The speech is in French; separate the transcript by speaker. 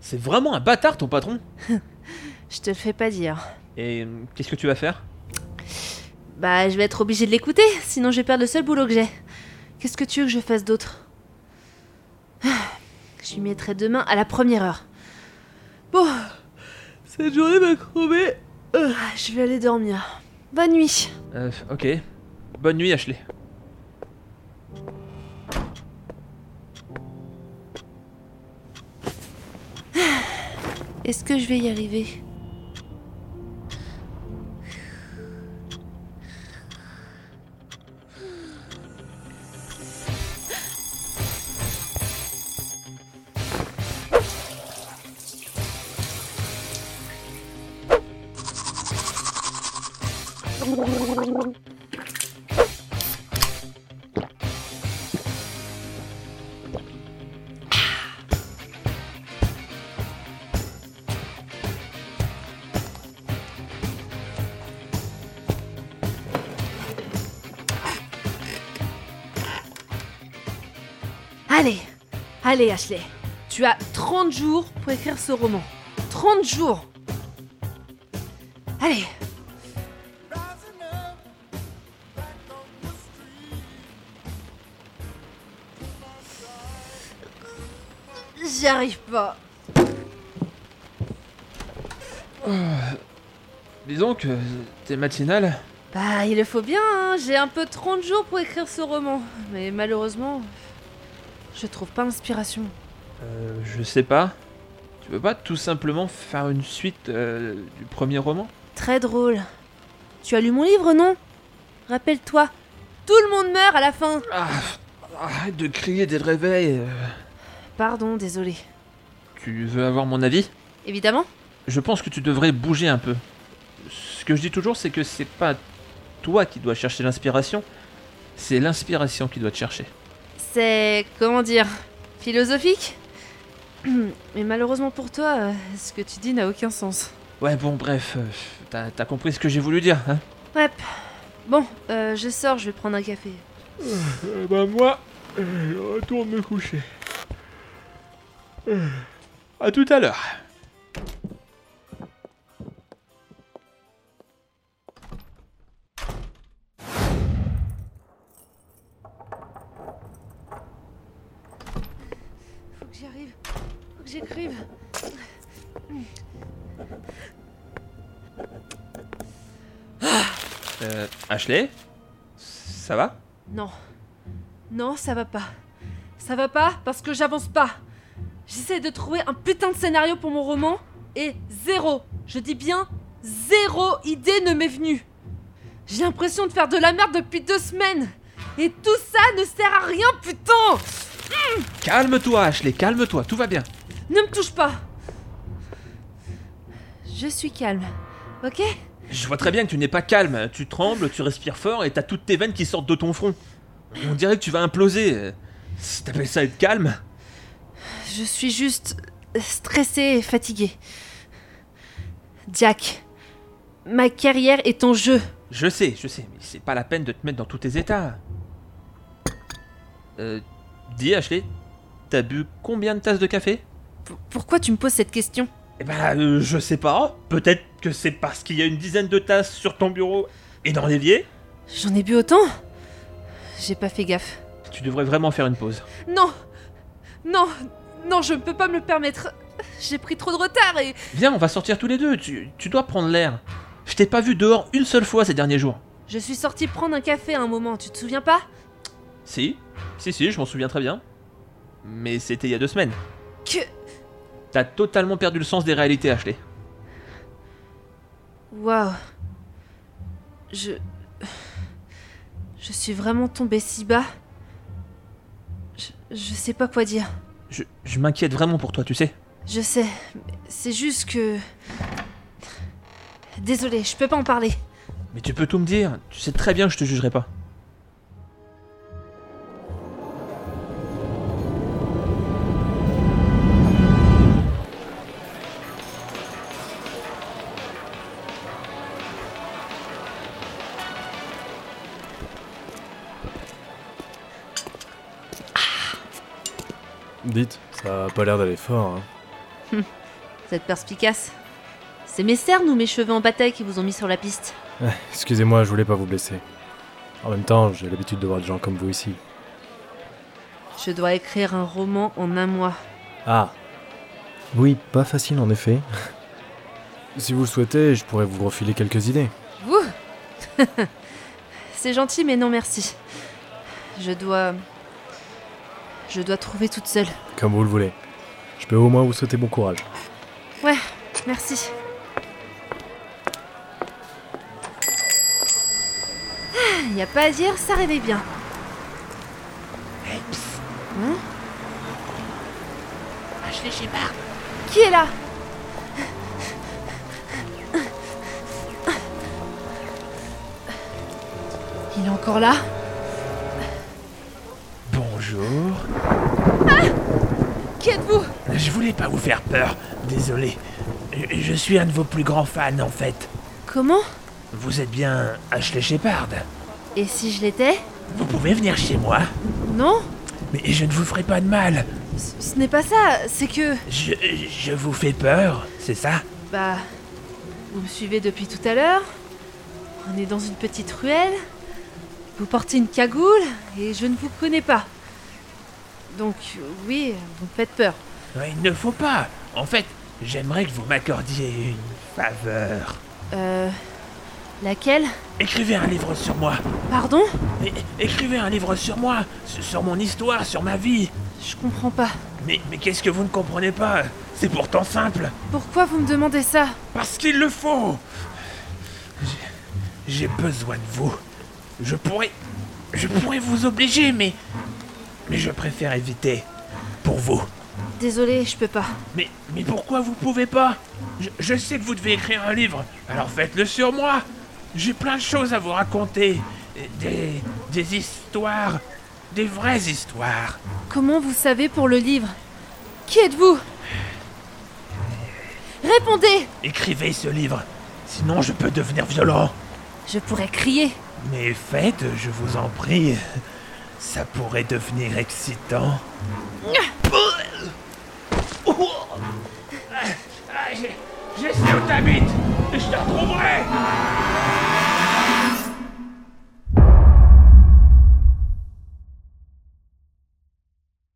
Speaker 1: C'est vraiment un bâtard ton patron
Speaker 2: Je te le fais pas dire.
Speaker 1: Et euh, qu'est-ce que tu vas faire
Speaker 2: Bah, je vais être obligée de l'écouter, sinon je vais perdre le seul boulot que j'ai. Qu'est-ce que tu veux que je fasse d'autre Je lui mettrai demain à la première heure. Bon,
Speaker 1: Cette journée m'a crevé
Speaker 2: Ah, je vais aller dormir. Bonne nuit.
Speaker 1: Euh, ok. Bonne nuit, Ashley.
Speaker 2: Est-ce que je vais y arriver Allez, allez Ashley. Tu as 30 jours pour écrire ce roman. 30 jours Allez, j'y arrive pas.
Speaker 1: Disons que t'es matinale.
Speaker 2: Bah, il le faut bien, hein. j'ai un peu 30 jours pour écrire ce roman. Mais malheureusement, je trouve pas l'inspiration.
Speaker 1: Euh, je sais pas. Tu peux pas tout simplement faire une suite euh, du premier roman
Speaker 2: Très drôle. Tu as lu mon livre, non Rappelle-toi, tout le monde meurt à la fin.
Speaker 1: Ah, Arrête de crier des réveils. euh.
Speaker 2: Pardon, désolé.
Speaker 1: Tu veux avoir mon avis
Speaker 2: Évidemment.
Speaker 1: Je pense que tu devrais bouger un peu. Ce que je dis toujours, c'est que c'est pas toi qui dois chercher l'inspiration, c'est l'inspiration qui doit te chercher.
Speaker 2: C'est. comment dire Philosophique Mais malheureusement pour toi, euh, ce que tu dis n'a aucun sens.
Speaker 1: Ouais, bon, bref, euh, t'as t'as compris ce que j'ai voulu dire, hein
Speaker 2: Ouais. Bon, euh, je sors, je vais prendre un café.
Speaker 1: Bah, moi, euh, je retourne me coucher. Euh, À tout à l'heure.
Speaker 2: Faut que j'y arrive. Faut que j'écrive.
Speaker 1: Euh, Ashley Ça va
Speaker 2: Non. Non, ça va pas. Ça va pas parce que j'avance pas. J'essaie de trouver un putain de scénario pour mon roman et zéro, je dis bien zéro idée ne m'est venue. J'ai l'impression de faire de la merde depuis deux semaines. Et tout ça ne sert à rien, putain
Speaker 1: Calme-toi, Ashley, calme-toi, tout va bien.
Speaker 2: Ne me touche pas Je suis calme, ok
Speaker 1: Je vois très bien que tu n'es pas calme. Tu trembles, tu respires fort et t'as toutes tes veines qui sortent de ton front. On dirait que tu vas imploser. Si t'appelles ça être calme
Speaker 2: Je suis juste stressée et fatiguée. Jack, ma carrière est en jeu.
Speaker 1: Je sais, je sais, mais c'est pas la peine de te mettre dans tous tes états. Euh, dis Ashley, t'as bu combien de tasses de café
Speaker 2: P- pourquoi tu me poses cette question
Speaker 1: Eh ben, euh, je sais pas. Peut-être que c'est parce qu'il y a une dizaine de tasses sur ton bureau et dans l'évier.
Speaker 2: J'en ai bu autant J'ai pas fait gaffe.
Speaker 1: Tu devrais vraiment faire une pause.
Speaker 2: Non Non Non, je ne peux pas me le permettre. J'ai pris trop de retard et...
Speaker 1: Viens, on va sortir tous les deux. Tu, tu dois prendre l'air. Je t'ai pas vu dehors une seule fois ces derniers jours.
Speaker 2: Je suis sortie prendre un café à un moment, tu te souviens pas
Speaker 1: Si, si, si, je m'en souviens très bien. Mais c'était il y a deux semaines.
Speaker 2: Que...
Speaker 1: T'as totalement perdu le sens des réalités, Ashley.
Speaker 2: Waouh. Je... Je suis vraiment tombée si bas. Je, je sais pas quoi dire.
Speaker 1: Je, je m'inquiète vraiment pour toi, tu sais.
Speaker 2: Je sais, mais c'est juste que... Désolée, je peux pas en parler.
Speaker 1: Mais tu peux tout me dire. Tu sais très bien que je te jugerai pas.
Speaker 3: Dites, ça a pas l'air d'aller fort. hein.
Speaker 2: Vous êtes perspicace. C'est mes cernes ou mes cheveux en bataille qui vous ont mis sur la piste
Speaker 3: Excusez-moi, je voulais pas vous blesser. En même temps, j'ai l'habitude de voir des gens comme vous ici.
Speaker 2: Je dois écrire un roman en un mois.
Speaker 3: Ah Oui, pas facile en effet. si vous le souhaitez, je pourrais vous refiler quelques idées.
Speaker 2: Vous C'est gentil, mais non merci. Je dois. Je dois trouver toute seule.
Speaker 3: Comme vous le voulez. Je peux au moins vous souhaiter bon courage.
Speaker 2: Merci. Il n'y Ah, a pas à dire, ça réveille bien. Hein Ah,
Speaker 4: Ashley Shepard
Speaker 2: Qui est là Il est encore là
Speaker 4: Bonjour.
Speaker 2: Qui êtes-vous
Speaker 4: Je voulais pas vous faire peur, désolé. Je- Je suis un de vos plus grands fans en fait.
Speaker 2: Comment
Speaker 4: Vous êtes bien Ashley Shepard.
Speaker 2: Et si je l'étais
Speaker 4: Vous pouvez venir chez moi,
Speaker 2: Non
Speaker 4: mais je ne vous ferai pas de mal.
Speaker 2: ce ce n'est pas ça, c'est que...
Speaker 4: Je, je vous fais peur, c'est ça
Speaker 2: Bah... Vous me suivez depuis tout à l'heure. On est dans une petite ruelle. Vous portez une cagoule et je ne vous connais pas. Donc euh, oui, vous me faites peur.
Speaker 4: Ouais, Il ne faut pas. En fait, j'aimerais que vous m'accordiez une faveur.
Speaker 2: Euh... Laquelle
Speaker 4: Écrivez un livre sur moi.
Speaker 2: Pardon
Speaker 4: É- Écrivez un livre sur moi, sur sur mon histoire, sur ma vie.
Speaker 2: Je comprends pas.
Speaker 4: Mais, mais qu'est-ce que vous ne comprenez pas C'est pourtant simple.
Speaker 2: Pourquoi vous me demandez ça
Speaker 4: Parce qu'il le faut J'ai- J'ai besoin de vous. Je pourrais. Je pourrais vous obliger, mais. Mais je préfère éviter. Pour vous.
Speaker 2: Désolée, je peux pas.
Speaker 4: Mais, mais pourquoi vous pouvez pas je, je sais que vous devez écrire un livre, alors faites-le sur moi J'ai plein de choses à vous raconter. Des. des histoires. Des vraies histoires.
Speaker 2: Comment vous savez pour le livre Qui êtes-vous Répondez
Speaker 4: Écrivez ce livre, sinon je peux devenir violent.
Speaker 2: Je pourrais crier.
Speaker 4: Mais faites, je vous en prie. Ça pourrait devenir excitant. Je sais où t'habites et je te retrouverai.